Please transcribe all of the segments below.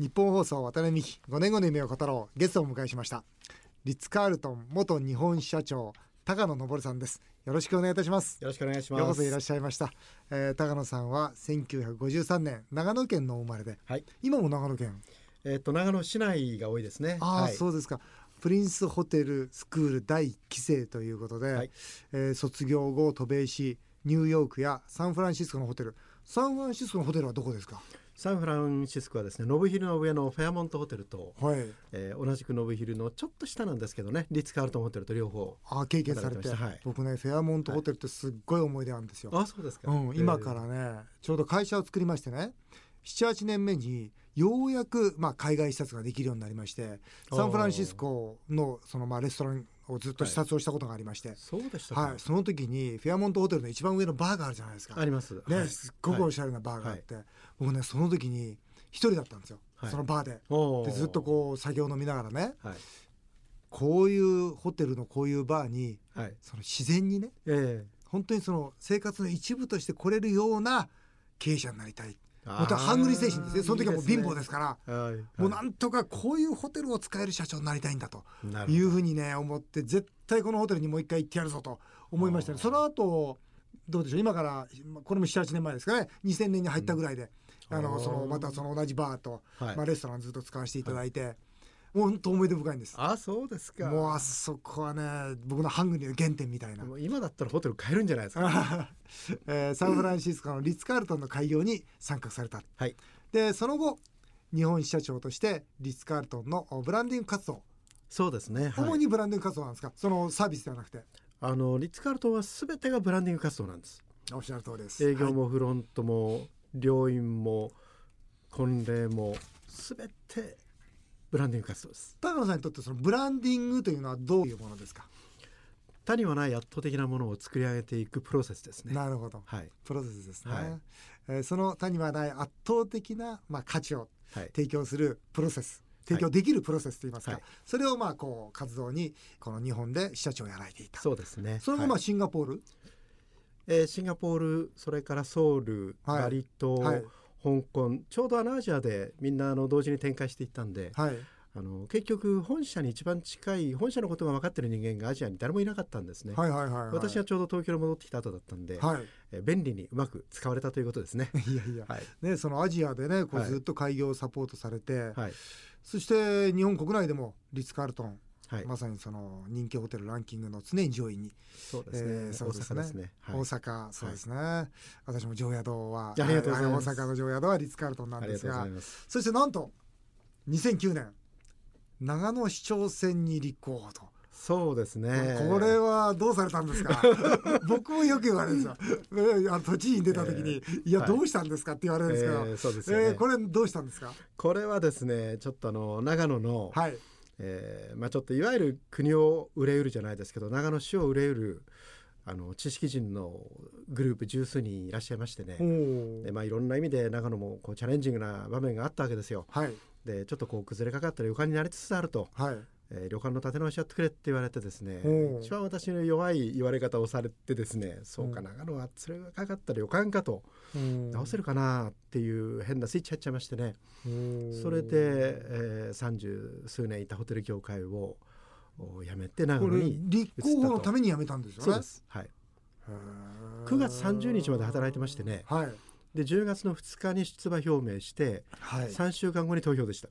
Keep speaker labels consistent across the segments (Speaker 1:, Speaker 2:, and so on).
Speaker 1: 日本放送渡辺美希5年後の夢を語ろうゲストをお迎えしましたリッツ・カールトン元日本支社長高野昇さんですよろしくお願いいたします
Speaker 2: よろしくお願いします
Speaker 1: ようこそいらっしゃいました、えー、高野さんは1953年長野県のお生まれで、
Speaker 2: はい
Speaker 1: 今も長野県
Speaker 2: えっと長野市内が多いですね
Speaker 1: ああ、
Speaker 2: はい、
Speaker 1: そうですかプリンスホテルスクール第1期生ということで、
Speaker 2: はい
Speaker 1: えー卒業後渡米しニューヨークやサンフランシスコのホテルサンフランシスコのホテルはどこですか
Speaker 2: サンフランシスコはですねノブヒルの上のフェアモントホテルと、
Speaker 1: はい
Speaker 2: えー同じくノブヒルのちょっと下なんですけどねリッツ・カールトンホテルと両方
Speaker 1: あー経験され
Speaker 2: 働い
Speaker 1: て
Speaker 2: てましたはい
Speaker 1: 僕ねフェアモントホテルってすっごい思い出なんですよ、
Speaker 2: あそうですか、
Speaker 1: うん、今か
Speaker 2: え
Speaker 1: らねちょうど会社を作りましてね78年目にようやく、まあ、海外視察ができるようになりまして
Speaker 2: あー
Speaker 1: サンフランシスコのその、まあ、レストランをずっと視察をしたことがありまして、
Speaker 2: ーそうでしたか、
Speaker 1: はい、その時にフェアモントホテルの一番上のバーがあるじゃないですか。
Speaker 2: あります、
Speaker 1: ね、
Speaker 2: はい
Speaker 1: すっごく
Speaker 2: は
Speaker 1: お
Speaker 2: い
Speaker 1: しゃれなバーがあって、僕ねその時に一人だったんですよ、
Speaker 2: はい
Speaker 1: そのバーで。
Speaker 2: おー
Speaker 1: でずっとこう酒を飲みながらね
Speaker 2: はい
Speaker 1: こういうホテルのこういうバーに
Speaker 2: はい
Speaker 1: その自然にね
Speaker 2: え
Speaker 1: 本当にその生活の一部として来れるような経営者になりたい
Speaker 2: え
Speaker 1: またハングリー精神ですねその時はもう貧乏ですすから
Speaker 2: ねはいはい
Speaker 1: もうなんとかこういうホテルを使える社長になりたいんだと
Speaker 2: なる
Speaker 1: いう
Speaker 2: ほど
Speaker 1: ふうにね思って絶対このホテルにもう一回行ってやるぞと思いましたね
Speaker 2: あー
Speaker 1: その後どうでしょう今からまあこれも78年前ですかね2000年に入ったぐらいで、
Speaker 2: うん
Speaker 1: あの
Speaker 2: あー
Speaker 1: そのまたその同じバーと、
Speaker 2: はい
Speaker 1: まあ、レストランずっと使わせていただいて、もう本当思い出深いんです
Speaker 2: あそうですか
Speaker 1: もうあそこはね僕のハングリーの原点みたいな
Speaker 2: もう今だったらホテル買えるんじゃないですか
Speaker 1: えーサンフランシスコのリッツ・カールトンの開業に参画された
Speaker 2: はい
Speaker 1: でその後日本支社長としてリッツ・カールトンのブランディング活動、
Speaker 2: そうですね、はい
Speaker 1: 主にブランディング活動なんですかそのサービスではなくて
Speaker 2: あのリッツ・カールトンは全てがブランディング活動なんです
Speaker 1: おっしゃる通りです
Speaker 2: 営業もフロントも病院も婚礼も全てブランディング活動です
Speaker 1: 高野さんにとってそのブランディングというのはどういうものですか、
Speaker 2: 他にはない圧倒的なものを作り上げていくプロセスですね
Speaker 1: なるほど
Speaker 2: はい
Speaker 1: プロセスですね、
Speaker 2: はい
Speaker 1: えーその他にはない圧倒的な、まあ、価値を
Speaker 2: はい
Speaker 1: 提供するプロセス提供できるプロセスといいますか、
Speaker 2: はい
Speaker 1: それをまあこう活動にこの日本で支社長をやられていた
Speaker 2: そうですね
Speaker 1: その後ま
Speaker 2: は
Speaker 1: あ
Speaker 2: い
Speaker 1: シンガポール、
Speaker 2: えーシンガポールそれからソウル、
Speaker 1: はい
Speaker 2: バリ島、
Speaker 1: はい
Speaker 2: 香港ちょうどあのアジアでみんなあの同時に展開していったんで、
Speaker 1: はい、
Speaker 2: あの結局本社に一番近い本社のことが分かってる人間がアジアに誰もいなかったんですね、
Speaker 1: はいはいはいはい
Speaker 2: 私はちょうど東京に戻ってきた後だったんで、
Speaker 1: はい
Speaker 2: えー便利にうまく使われたと いうことですね。
Speaker 1: いやいや、
Speaker 2: はい、
Speaker 1: ね、そのアジアでねこう
Speaker 2: はい
Speaker 1: ずっと開業をサポートされて、
Speaker 2: はい、
Speaker 1: そして日本国内でもリッツ・カールトン、
Speaker 2: はい、
Speaker 1: まさにその人気ホテルランキングの常に上位に、
Speaker 2: そうで
Speaker 1: え
Speaker 2: すね。
Speaker 1: ーそうです
Speaker 2: 大阪
Speaker 1: ね
Speaker 2: ですね。はい
Speaker 1: 大、阪そうですね、私も常宿は
Speaker 2: ありがとうございます
Speaker 1: は大阪の常宿はリッツ・カールトンな
Speaker 2: あ
Speaker 1: ん
Speaker 2: り
Speaker 1: で
Speaker 2: が
Speaker 1: す
Speaker 2: とうご
Speaker 1: が
Speaker 2: ざいます。
Speaker 1: そしてなんと2009年長野市長選に立候補と、
Speaker 2: そうですね。
Speaker 1: これはどうされたんですか 僕もよく言われるんですよえあの都知事に出た時に、いや
Speaker 2: はい
Speaker 1: どうしたんですかって言われるんですけど、
Speaker 2: えーそうですよね、
Speaker 1: えーこれどうしたんですか。
Speaker 2: これはですね、ちょっとあの長野の、
Speaker 1: はい。
Speaker 2: えーまあちょっといわゆる国を売れうるじゃないですけど、長野市を売れうるあの知識人のグループ十数人いらっしゃいましてね。
Speaker 1: お
Speaker 2: でまあ、いろんな意味で長野もこうチャレンジングな場面があったわけですよ。
Speaker 1: はい
Speaker 2: でちょっとこう崩れかかった旅館になりつつあると、
Speaker 1: はい。
Speaker 2: えー旅館の建て直しやってくれって言われてですね
Speaker 1: うん
Speaker 2: 一番私の弱い言われ方をされてですねそうか
Speaker 1: うん
Speaker 2: 長野は連れがかかった旅館かと直せ
Speaker 1: る。
Speaker 2: るかなっていう変なスイッチ入っちゃいましてねそれで、えー、30数年いたホテル業界をお辞めて長
Speaker 1: こ
Speaker 2: 野
Speaker 1: れ
Speaker 2: に
Speaker 1: 立候補のために辞めたんですよね。
Speaker 2: そうで。す、はい、
Speaker 1: 9
Speaker 2: 9月30日まで働いてましてね
Speaker 1: はい
Speaker 2: で10月の2日に出馬表明して
Speaker 1: はい。
Speaker 2: 3週間後に投票でした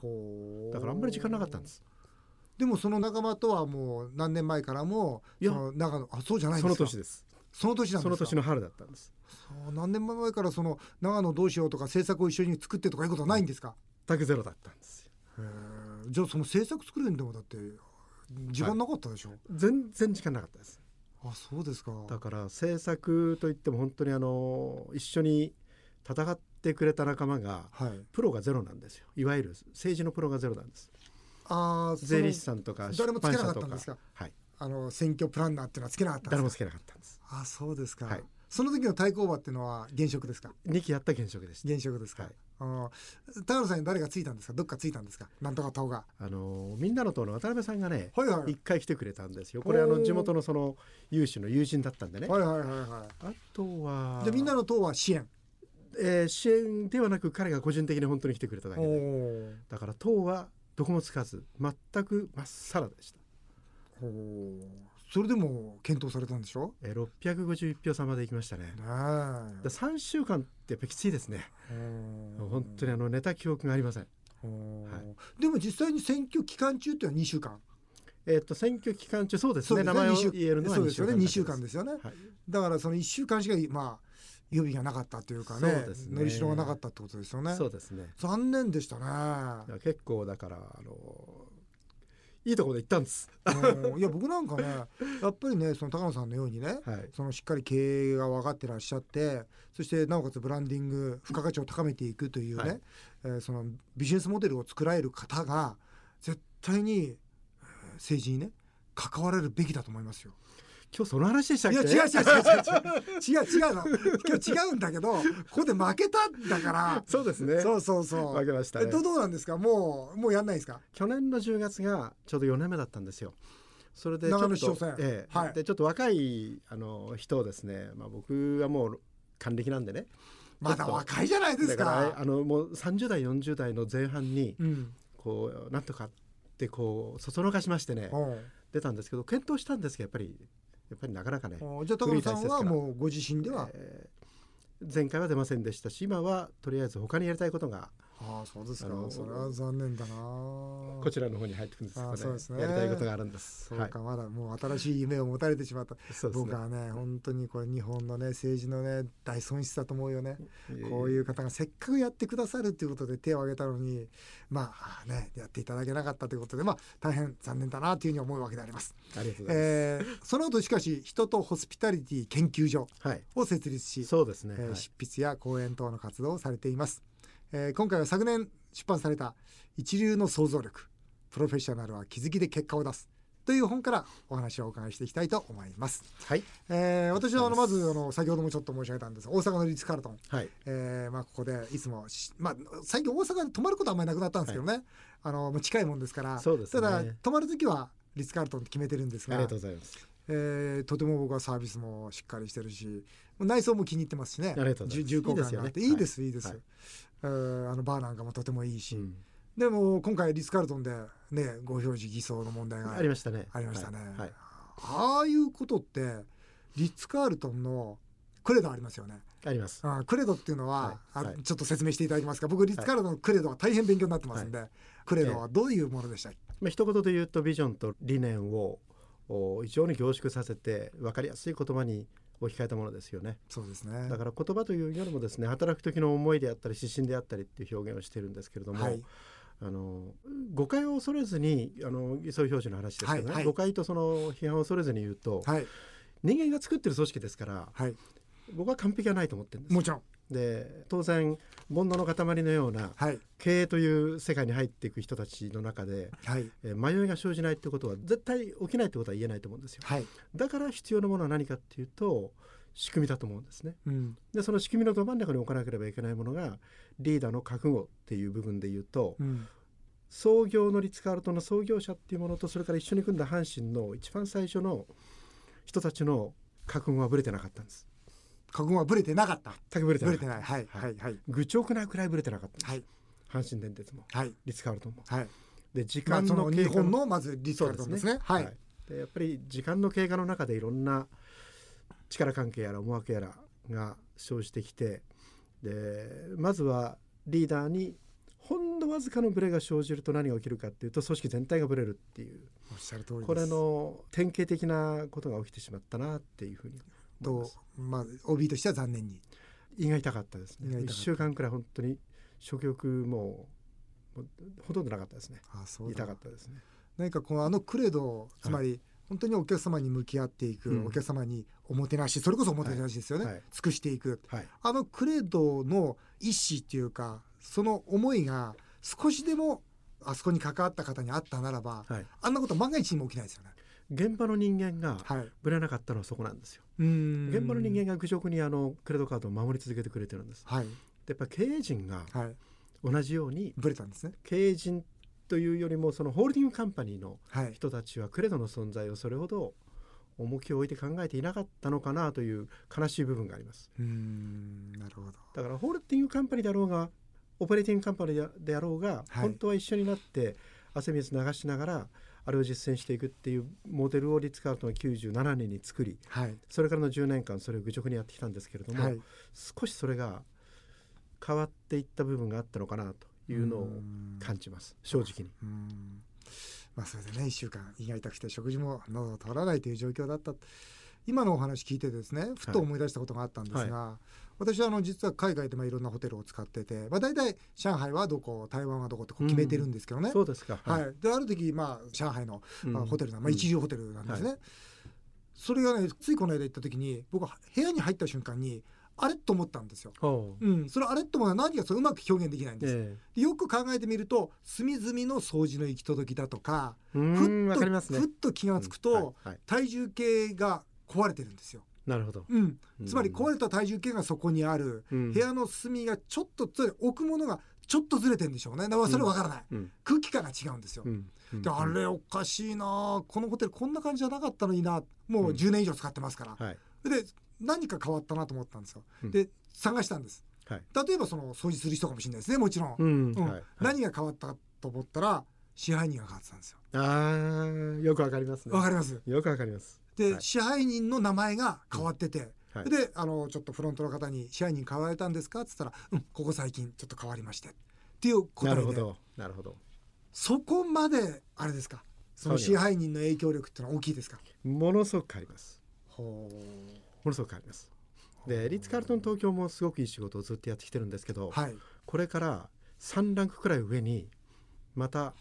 Speaker 1: ほう
Speaker 2: だからあんまり時間なかったんで。す
Speaker 1: でもその仲間とはもう何年前からも
Speaker 2: いや
Speaker 1: その長野あそうじゃないん
Speaker 2: そ
Speaker 1: で
Speaker 2: の
Speaker 1: すか。
Speaker 2: 年です
Speaker 1: その年なんですか。
Speaker 2: その年の春だったんです
Speaker 1: そう何年前からその長野どうしようとか政策を一緒に作ってとかいうことはないんですか。
Speaker 2: 全くゼロだったんですよ
Speaker 1: へーじゃあその政策作るんでもだって時間なかったでしょ。
Speaker 2: 全然時間なかったです
Speaker 1: あそうですか。
Speaker 2: だから政策といっても本当にあの一緒に戦ってくれた仲間が
Speaker 1: はい。
Speaker 2: プロがゼロなんですよいわゆる政治のプロがゼロなんです
Speaker 1: ああ、
Speaker 2: 税理士
Speaker 1: そ
Speaker 2: さんとか
Speaker 1: 誰もつけなかったん
Speaker 2: 出版
Speaker 1: です
Speaker 2: 社
Speaker 1: か
Speaker 2: とはい
Speaker 1: のあの選挙プランナーっていうのはつけなかったんです
Speaker 2: 誰
Speaker 1: か
Speaker 2: もつけなかったんです
Speaker 1: あそうですか、
Speaker 2: はい
Speaker 1: その時の対抗馬っていうのは現職ですか
Speaker 2: 2期やった現職でした
Speaker 1: 現職ですか、
Speaker 2: はい
Speaker 1: あー高野さんに誰がついたんですかどっかついたんですかなんとか党が
Speaker 2: あのみんなの党の渡辺さんがね
Speaker 1: はいはい
Speaker 2: 一回来てくれたんですよこれあ
Speaker 1: お
Speaker 2: の
Speaker 1: ー
Speaker 2: 地元のその有志の友人だったんでね
Speaker 1: はいはいはいは
Speaker 2: あとはい
Speaker 1: じゃあみんなの党は支援
Speaker 2: えー支援ではなく彼が個人的に本当に来てくれただけ
Speaker 1: お
Speaker 2: で
Speaker 1: ー
Speaker 2: だから党はどこもつかず全くまっさらでした、
Speaker 1: おーそれでも検討されたんでしょ
Speaker 2: えー、651票差までいきましたね
Speaker 1: ね
Speaker 2: だ3週間ってやっぱきついですね
Speaker 1: えうん
Speaker 2: 本当にあの寝た記憶がありません
Speaker 1: おー
Speaker 2: はい
Speaker 1: でも実際に選挙期間中っていうのは2週間
Speaker 2: えっ、と選挙期間中そうです
Speaker 1: そう
Speaker 2: ね
Speaker 1: ですね
Speaker 2: 名前を
Speaker 1: 二週
Speaker 2: 言えるのは
Speaker 1: そうですよね2週間
Speaker 2: で
Speaker 1: ですよね
Speaker 2: す、はい、
Speaker 1: だからその1週間しかまあ予備がなかったというか
Speaker 2: そ
Speaker 1: ね
Speaker 2: うですね
Speaker 1: のりしろがなかったってことですよね
Speaker 2: そうですね
Speaker 1: 残念でしたね
Speaker 2: だから結構だからあのいいところで行ったんです
Speaker 1: うんいや僕なんかねやっぱりねその高野さんのようにね
Speaker 2: はい
Speaker 1: そのしっかり経営が分かってらっしゃってそしてなおかつブランディング付加価値を高めていくというね、
Speaker 2: はい
Speaker 1: えーそのビジネスモデルを作られる方が絶対にえー政治にね関われるべきだと思いますよ。
Speaker 2: 今日その話でしたっ
Speaker 1: い
Speaker 2: け
Speaker 1: や違う違う違う違う違う違う違うの今日違うんだけどここで負けたんだか
Speaker 2: そうです
Speaker 1: ら
Speaker 2: ね
Speaker 1: そうそうそ
Speaker 2: 負
Speaker 1: う、
Speaker 2: けました
Speaker 1: え
Speaker 2: ね
Speaker 1: どどうなんですかもうもうやんないですか
Speaker 2: 去年の10月がちょうど4年目だったんですよ。それでちょっ
Speaker 1: 長
Speaker 2: と
Speaker 1: 野市長選
Speaker 2: ええ
Speaker 1: はい
Speaker 2: でちょっと若いあの人をですね、まあ、僕はもう還暦なんでね
Speaker 1: まだ若いじゃないです
Speaker 2: だから
Speaker 1: か。
Speaker 2: あのもう30代40代の前半に
Speaker 1: うん、
Speaker 2: こうなんとかってこうそそのかしましてね
Speaker 1: おう
Speaker 2: 出たんですけど検討したんですけどやっぱりやっぱりなかなかね、
Speaker 1: おうじゃあ高野さんはもうご自身では、
Speaker 2: ええ前回は出ませんでしたし今はとりあえず他にやりたいことが
Speaker 1: ああそうです
Speaker 2: あ
Speaker 1: か
Speaker 2: の
Speaker 1: それは残念だな
Speaker 2: こちらの方に入ってくるんですけど、
Speaker 1: あそうですね
Speaker 2: やりたいことがあるんです。
Speaker 1: そうか、まだもう新しい夢を持たれてしまった、
Speaker 2: はい、そうですね
Speaker 1: 僕はね本当にこれ日本のね政治のね大損失だと思うよね、こういう方がせっかくやってくださるということで手を挙げたのにまあねやっていただけなかったということでまあ大変残念だなというふうに思うわけであります、
Speaker 2: ありがとうございます。
Speaker 1: えーその後しかし人とホスピタリティ研究所
Speaker 2: はい。
Speaker 1: を設立し
Speaker 2: そうですね。
Speaker 1: えー
Speaker 2: はい
Speaker 1: 執筆や講演等の活動をされています、えー今回は昨年出版された「一流の想像力プロフェッショナルは気づきで結果を出す」という本からお話をお伺いしていきたいと思います、
Speaker 2: はい。
Speaker 1: えー私はあの
Speaker 2: ありが
Speaker 1: ま
Speaker 2: とうございます
Speaker 1: ずあの先ほどもちょっと申し上げたんですが大阪のリッツ・カールトン、
Speaker 2: はい。
Speaker 1: えーまあ、ここでいつもし、まあ、最近大阪に泊まることはあんまりなくなったんですけどね、あのもう近いもんですから
Speaker 2: そうですね
Speaker 1: ただ泊まる時はリッツ・カールトンって決めてるんです
Speaker 2: あり
Speaker 1: が
Speaker 2: がとうございます。
Speaker 1: えーとても僕はサービスもしっかりしてるし内装も気に入ってますしね
Speaker 2: ありがとうございます
Speaker 1: 重厚感があって
Speaker 2: い
Speaker 1: いい
Speaker 2: い
Speaker 1: で,、
Speaker 2: です
Speaker 1: い、いです、
Speaker 2: はい
Speaker 1: えーあのバーなんかもとてもいいし、
Speaker 2: うん
Speaker 1: でも今回リスカルトンでねご表示偽装の問題が
Speaker 2: ありましたね。
Speaker 1: ありましたね、
Speaker 2: はい。はい
Speaker 1: ああいうことってリッツ・カールトンのクレドありますよね、
Speaker 2: あります。
Speaker 1: うんクレドっていうのは、
Speaker 2: はい
Speaker 1: あ
Speaker 2: はい
Speaker 1: ちょっと説明していただけますか僕リッツ・カールトンのクレドは大変勉強になってますんで、クレドはどういうものでしたっけ、
Speaker 2: まあ一言で言うとビジョンと理念をお非常に凝縮させて分かりやすい言葉に置き換えたものですよね。
Speaker 1: そうですね
Speaker 2: だから言葉というよりもですね、働く時の思いであったり指針であったりっていう表現をしているんですけれども、
Speaker 1: はい
Speaker 2: あの誤解を恐れずにあの偽装表示の話ですけどね、
Speaker 1: はいはい
Speaker 2: 誤解とその批判を恐れずに言うと、
Speaker 1: はい
Speaker 2: 人間が作ってる組織ですから、
Speaker 1: はい
Speaker 2: 僕は完璧はないと思ってるんです。
Speaker 1: もちろん
Speaker 2: で当然煩悩の塊のような
Speaker 1: はい
Speaker 2: 経営という世界に入っていく人たちの中で、
Speaker 1: はい
Speaker 2: えー迷いが生じないってことは絶対起きないってことは言えないと思うんですよ
Speaker 1: はい、
Speaker 2: だから必要なものは何かっていうと仕組みだと思うんですね
Speaker 1: うん
Speaker 2: でその仕組みのど真ん中に置かなければいけないものがリーダーの覚悟っていう部分で言うと
Speaker 1: うん、
Speaker 2: 創業のリッツ・カールトンの創業者っていうものとそれから一緒に組んだ阪神の一番最初の人たちの覚悟はぶれてなかったんです
Speaker 1: 覚悟はブレてなかった。
Speaker 2: 全くぶれて
Speaker 1: ブ
Speaker 2: なか
Speaker 1: レ
Speaker 2: ってた
Speaker 1: ない。はいはいはい
Speaker 2: 愚直なくらいぶれてなかったんです
Speaker 1: はい
Speaker 2: 阪神電鉄も
Speaker 1: はい
Speaker 2: リッツ・カールトンも。
Speaker 1: はい。
Speaker 2: で時
Speaker 1: まあ
Speaker 2: 間
Speaker 1: そ
Speaker 2: の
Speaker 1: の
Speaker 2: 経
Speaker 1: 日
Speaker 2: 過
Speaker 1: 本
Speaker 2: の,、
Speaker 1: のまずリスカルトンですね。はい
Speaker 2: でやっぱり時間の経過の中でいろんな力関係やら思惑やらが生じてきてでまずはリーダーにほんのわずかのブレが生じると何が起きるかっていうと組織全体がブレるっていう
Speaker 1: おっしゃる通りです。
Speaker 2: これの典型的なことが起きてしまったなっていうふうに
Speaker 1: と
Speaker 2: 思います
Speaker 1: まあ OB としては残念に。
Speaker 2: 胃が痛かったです
Speaker 1: 胃が
Speaker 2: ね
Speaker 1: 痛か
Speaker 2: 1
Speaker 1: った
Speaker 2: 週間くらい本当に食欲ももうほとんどなかったですね
Speaker 1: あそう
Speaker 2: 痛
Speaker 1: だ
Speaker 2: か。ったですね
Speaker 1: 何かこのあのクレドつまり本当にお客様に向き合っていうく
Speaker 2: ん
Speaker 1: お客様におもてなしそれこそおもてなしですよ
Speaker 2: は
Speaker 1: ね
Speaker 2: い。
Speaker 1: 尽くしていく
Speaker 2: はい
Speaker 1: あのクレドの意思っていうかその思いが少しでもあそこに関わった方にあったならば
Speaker 2: はい
Speaker 1: あんなこと万が一にも起きないですよね。
Speaker 2: 現場の人間が
Speaker 1: はい。
Speaker 2: ぶれなかったのはそこなんですよ
Speaker 1: 現
Speaker 2: 現場の人間が愚直にあのクレドカードを守り続けてくれてるんです
Speaker 1: はい
Speaker 2: でやっぱ経営陣が
Speaker 1: はい
Speaker 2: 同じように
Speaker 1: ブレたんですね
Speaker 2: 経営陣というよりもそのホールディングカンパニーの
Speaker 1: はい
Speaker 2: 人たちはクレドの存在をそれほど重きを置いて考えていなかったのかなという悲しい部分があります。
Speaker 1: うんなるほど
Speaker 2: だからホールディングカンパニーだろうがオペレーティングカンパニーであろうが、
Speaker 1: はい
Speaker 2: 本当は一緒になって汗水流しながらあれを実践していくっていうモデルをリッツ・カールトンは97年に作り
Speaker 1: はい
Speaker 2: それからの10年間それを愚直にやってきたんですけれども、
Speaker 1: はい
Speaker 2: 少しそれが変わっていった部分があったのかなというのを感じます正直に。
Speaker 1: うんうんまあそれでね1週間胃が痛くて食事も喉を通らないという状況だった今のお話聞いてですねふと思い出したことがあったんですが、私はあの実は海外でまあいろんなホテルを使ってて、まあ、大体上海はどこ台湾はどこってこう決めてるんですけどね、
Speaker 2: そうですか、
Speaker 1: はい、である時、まあ、上海の、まあ、ホテルの、まあ、一
Speaker 2: 流
Speaker 1: 流ホテルなんですね、それがねついこの間行った時に僕は部屋に入った瞬間にあれと思ったんですよ。うん、それあれとも何がそううまく表現できないんです、
Speaker 2: え
Speaker 1: でよく考えてみると隅々の掃除の行き届きだとか
Speaker 2: えう
Speaker 1: ふ
Speaker 2: んわ
Speaker 1: っと,、
Speaker 2: かりますね
Speaker 1: ふっ。と気がつくと、
Speaker 2: うんはいはい
Speaker 1: 体重計が壊れてるんですよ、
Speaker 2: なるほど。
Speaker 1: うん、つまり壊
Speaker 2: い
Speaker 1: れた体重計がそこにある、
Speaker 2: 部
Speaker 1: 部屋の隅がちょっとずれ置くものがちょっとずれてるんでしょうねだからそれわからない、
Speaker 2: うん
Speaker 1: 空気感が違うんですよ、
Speaker 2: うん
Speaker 1: であれおかしいなあこのホテルこんな感じじゃなかったのになもう10年以上使ってますから、
Speaker 2: はい
Speaker 1: で何か変わったなと思ったんですよ、
Speaker 2: うん
Speaker 1: で探したんです
Speaker 2: はい。
Speaker 1: 例えばその掃除する人かもしれないですねもちろん、
Speaker 2: うん
Speaker 1: うん
Speaker 2: はい
Speaker 1: 何が変わったかと思ったら支配人が変わってたんですよ
Speaker 2: ああよくわかりますね
Speaker 1: わ。かります
Speaker 2: よくわかります。
Speaker 1: で、
Speaker 2: はい
Speaker 1: 支配人の名前が変わってて、
Speaker 2: はい。
Speaker 1: であのちょっとフロントの方に「支配人変わられたんですか?」っつったら「うんここ最近ちょっと変わりまして」っていう答
Speaker 2: な
Speaker 1: え
Speaker 2: るほ
Speaker 1: で
Speaker 2: ど。なるほど。
Speaker 1: そこまであれですかその支配人の影響力ってのは大きいですか
Speaker 2: ものすごく変わります。
Speaker 1: ほ
Speaker 2: ものすごく変わります。でリッツ・カールトン東京もすごくいい仕事をずっとやってきてるんですけど、
Speaker 1: はい
Speaker 2: これから3ランクくらい上にまた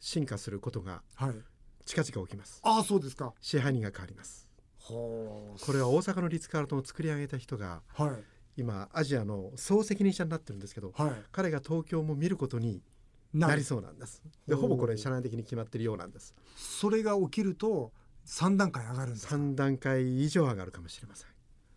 Speaker 2: 進化することが
Speaker 1: はい
Speaker 2: 近々起きます。
Speaker 1: ああそうですか
Speaker 2: 支配人が変わります。
Speaker 1: ほう
Speaker 2: これは大阪のリッツ・カールトンを作り上げた人が
Speaker 1: はい
Speaker 2: 今アジアの総責任者になってるんですけど
Speaker 1: はい
Speaker 2: 彼が東京も見ることになりそうなんです。で
Speaker 1: ほう
Speaker 2: ほぼこれ社内的に決まってるようなんです。
Speaker 1: それが起きると3段階上がるんですか
Speaker 2: 3段階以上上がるかもしれません。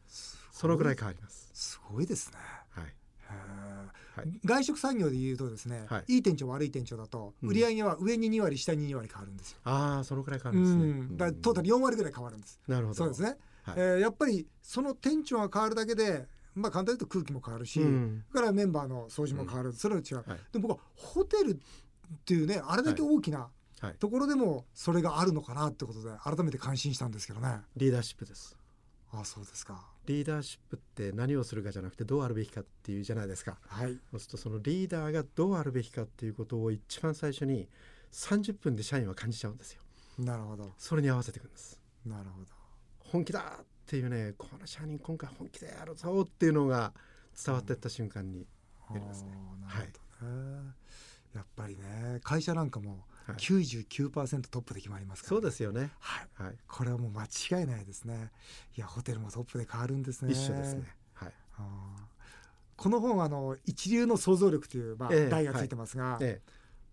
Speaker 1: すご
Speaker 2: そのぐらい変わります。
Speaker 1: すごいですね
Speaker 2: はい。
Speaker 1: へー
Speaker 2: はい
Speaker 1: 外食産業で言うとですね、、
Speaker 2: はい
Speaker 1: い店長悪い店長だと
Speaker 2: うん
Speaker 1: 売り上げは上に2割下に2割変わるんですよ、
Speaker 2: ああ、そのくらい変わ
Speaker 1: う
Speaker 2: るんですね。
Speaker 1: ん、だからトータル4割ぐらい変わるんです
Speaker 2: なるほど。
Speaker 1: そうです
Speaker 2: ね。
Speaker 1: ね、
Speaker 2: はい
Speaker 1: えーやっぱりその店長が変わるだけでまあ簡単に言うと空気も変わるし、
Speaker 2: うん。
Speaker 1: だからメンバーの掃除も変わる、それは違う、
Speaker 2: はい
Speaker 1: でも僕はホテルっていうねあれだけ大きな
Speaker 2: はい。
Speaker 1: ところでもそれがあるのかなってことで改めて感心したんですけどね
Speaker 2: リーダーシップです。
Speaker 1: ああそうですか
Speaker 2: リーダーシップって何をするかじゃなくてどうあるべきかっていうじゃないですか。
Speaker 1: はい
Speaker 2: そうするとそのリーダーがどうあるべきかっていうことを一番最初に30分で社員は感じちゃうんですよ。
Speaker 1: なるほど
Speaker 2: それに合わせていくんです。
Speaker 1: なるほど
Speaker 2: 本気だっていうね、この社員今回本気でやるぞっていうのが伝わっていった瞬間に、やりますね
Speaker 1: あーなるほどね、やっぱりね会社なんかも
Speaker 2: はい
Speaker 1: 99%トップで決まりますから、
Speaker 2: そうですすよね。
Speaker 1: はい
Speaker 2: はい。
Speaker 1: これはもう間違いないですねいやホテルもトップで変わるんですね
Speaker 2: 一緒ですね。はい。
Speaker 1: あーこの本はあの一流の想像力という、まあ
Speaker 2: ええ
Speaker 1: 題がついてますが、
Speaker 2: え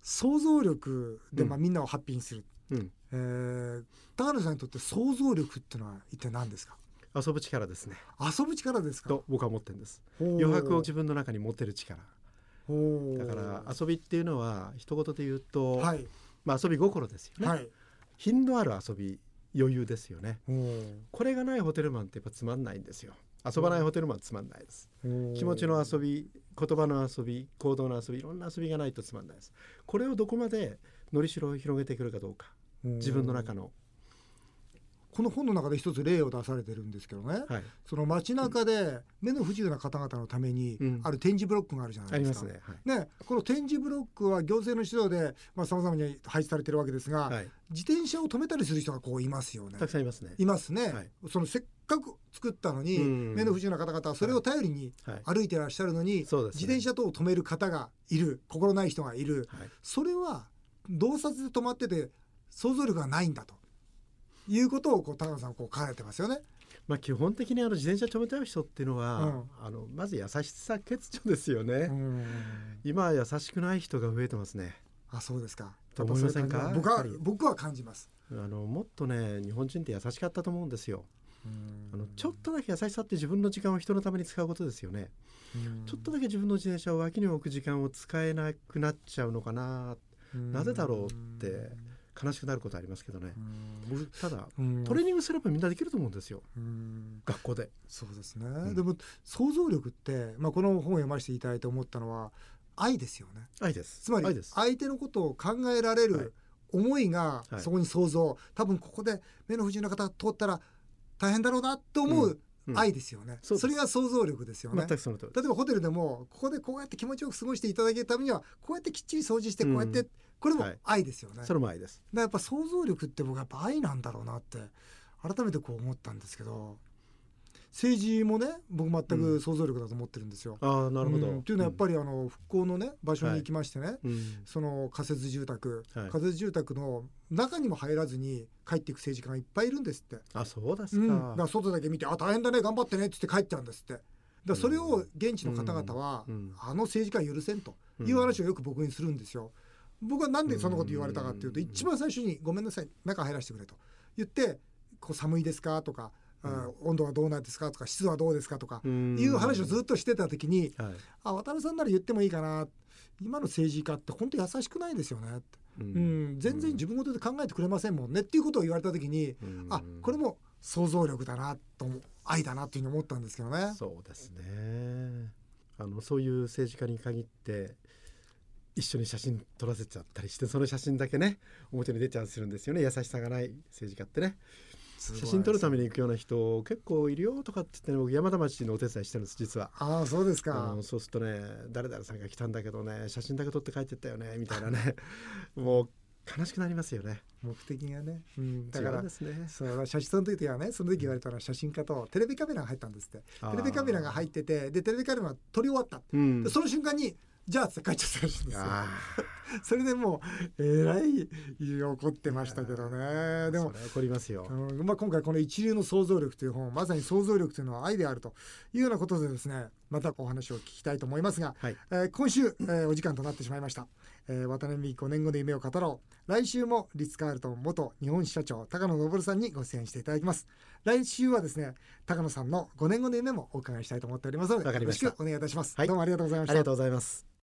Speaker 1: 想像力で、
Speaker 2: うん
Speaker 1: まあ、みんなをハッピーにする、
Speaker 2: え。うん。
Speaker 1: えー高野さんにとって想像力ってのは一体何ですか
Speaker 2: 遊ぶ力ですね。
Speaker 1: 遊ぶ力ですか
Speaker 2: と僕は思ってるんです。
Speaker 1: 余
Speaker 2: 余白を自分の中に持てる力。
Speaker 1: 分
Speaker 2: だから遊びっていうのは一言で言うと、
Speaker 1: はい
Speaker 2: まあ遊び心ですよね、
Speaker 1: はい
Speaker 2: 頻度ある遊び余裕ですよね
Speaker 1: おー
Speaker 2: これがないホテルマンってやっぱつまんないんですよ遊ばないホテルマンつまんないです気持ちの遊び言葉の遊び行動の遊びいろんな遊びがないとつまんないですこれをどこまでのりしろを広げてくるかどうか自分の中の、
Speaker 1: この本の中で一つ例を出されてるんですけどね、
Speaker 2: はい、
Speaker 1: その街中で目の不自由な方々のために
Speaker 2: うん
Speaker 1: ある展示ブロックがあるじゃな
Speaker 2: あ
Speaker 1: い
Speaker 2: り
Speaker 1: で
Speaker 2: ますす
Speaker 1: か。
Speaker 2: ねはい
Speaker 1: ね、この展示ブロックは行政の指導でさまざ、まに配置されてるわけですが、
Speaker 2: はい、
Speaker 1: 自転車を止めたりする人がこういますよね
Speaker 2: たく。さんいますね、
Speaker 1: いますね、
Speaker 2: はい
Speaker 1: そのせっかく作ったのに、
Speaker 2: うん
Speaker 1: 目の不自由な方々はそれを頼りに
Speaker 2: はい
Speaker 1: 歩いてらっしゃるのに、
Speaker 2: そうですね
Speaker 1: 自転車等を止める方がいる心ない人がいる
Speaker 2: はい、
Speaker 1: それは洞察で止まってて想像力がないんだということをこう高野さんこう書かれてますよね。
Speaker 2: まあ基本的にあの自転車止めちゃう人っていうのは、
Speaker 1: うん
Speaker 2: あのまず優しさ欠如ですよね、今は優しくない人が増えてますね
Speaker 1: あそうですか。
Speaker 2: と思いませんか
Speaker 1: やっぱそういう感じ
Speaker 2: やっ
Speaker 1: は
Speaker 2: ぱり
Speaker 1: 僕は僕は感じます。
Speaker 2: あのもっとね日本人って優しかったと思うんですよあのちょっとだけ優しさって自分の時間を人のために使うことですよねちょっとだけ自分の自転車を脇に置く時間を使えなくなっちゃうのかな
Speaker 1: うん
Speaker 2: なぜだろうって悲しくなることありますけどね
Speaker 1: 僕
Speaker 2: ただ
Speaker 1: うん
Speaker 2: トレーニングすればみんなできると思うんですよ
Speaker 1: うん
Speaker 2: 学校で
Speaker 1: そうですね、
Speaker 2: ん
Speaker 1: でも想像力って、まあ、この本を読ませていただいて思ったのは愛ですよね
Speaker 2: 愛です
Speaker 1: つま
Speaker 2: 愛
Speaker 1: り
Speaker 2: です
Speaker 1: 相手のことを考えられ
Speaker 2: はい
Speaker 1: る思いが
Speaker 2: はい
Speaker 1: そこに想像、多分ここで目の不自由な方が通ったら大変だろうなと思う
Speaker 2: うん
Speaker 1: 愛ですよね、
Speaker 2: そうです
Speaker 1: それが想像力ですよね
Speaker 2: 全くその通り
Speaker 1: 例えばホテルでもここでこうやって気持ちよく過ごしていただけるためにはこうやってきっちり掃除してこうやって、
Speaker 2: うん
Speaker 1: これも
Speaker 2: はい
Speaker 1: 愛ですよね、
Speaker 2: それも愛です
Speaker 1: だからやっぱ想像力って僕はやっぱ愛なんだろうなって改めてこう思ったんですけど政治もね僕全
Speaker 2: う
Speaker 1: く
Speaker 2: ん
Speaker 1: 想像力だと思ってるんですよ。
Speaker 2: ああなるほど、
Speaker 1: うんっていうのはやっぱりあの復興のね場所に行きましてね、
Speaker 2: り、うん
Speaker 1: その仮設住宅、
Speaker 2: はい
Speaker 1: 仮設住宅の中にも入らずに帰っていく政治家がいっぱいいるんですって。
Speaker 2: あそうです
Speaker 1: うん、
Speaker 2: か、
Speaker 1: だから外だけ見て「あ大変だね頑張ってね」っつって帰っちゃうんですって。だからそれを現地の方々は、
Speaker 2: うん
Speaker 1: あの政治家は許せんと
Speaker 2: うん
Speaker 1: いう話をよく僕にするんですよ。僕はなんでそんなこと言われたかっていうと、
Speaker 2: うん
Speaker 1: 一番最初に「ごめんなさい中入らせてくれ」と言って「こう寒いですか?」とか、あ温度はどうなんですか?」とか「湿度はどうですか?」とか
Speaker 2: うん
Speaker 1: いう話をずっとしてた時に
Speaker 2: はい
Speaker 1: 「あ渡辺さんなら言ってもいいかな」今の政治家って本当優しくないですよねって、
Speaker 2: う
Speaker 1: うん全然自分事で考えてくれませんもんねっていうことを言われた時に、
Speaker 2: うん
Speaker 1: あこれも想像力だなとも愛だなっていうふうに思ったんですけどね。
Speaker 2: そうですねあのそういう政治家に限って一緒に写真撮らせちゃったりしてその写真だけね表に出ちゃうするんですよね優しさがない政治家ってね
Speaker 1: すごい
Speaker 2: 写真撮るために行くような人結構いるよとかって言って、ね、僕山田町のお手伝いしてるんです実は。
Speaker 1: ああそうです
Speaker 2: あ
Speaker 1: か
Speaker 2: の。そうするとね誰々さんが来たんだけどね写真だけ撮って帰ってったよねみたいなね もう悲しくなりますよね
Speaker 1: 目的がね、うん、だか
Speaker 2: 違う
Speaker 1: ら
Speaker 2: んですね
Speaker 1: そう写真その時はねその時言われたのは写真家とテレビカメラが入ったんですってテレビカメラが入
Speaker 2: っ
Speaker 1: っててでテレビカメラが撮り終わった、
Speaker 2: うん
Speaker 1: でその瞬間にじゃあって帰っちゃったらしいんですよ
Speaker 2: あ
Speaker 1: それでもうえらい怒ってましたけど
Speaker 2: ー
Speaker 1: ねでも
Speaker 2: それは怒りますよ、
Speaker 1: うんまあ、今回この「一流の想像力」という本まさに想像力というのは愛であるというようなことでですねまたお話を聞きたいと思いますが、
Speaker 2: はい
Speaker 1: えー今週、えーお時間となってしまいました、えー渡辺美5年後の夢を語ろう来週もリッツ・カールトン元日本支社長高野昇さんにご出演していただきます来週はですね高野さんの5年後の夢もお伺いしたいと思っておりますので
Speaker 2: わかりました
Speaker 1: よろしくお願いいたします、
Speaker 2: はい
Speaker 1: どうもありがとうございました
Speaker 2: ありがとうございます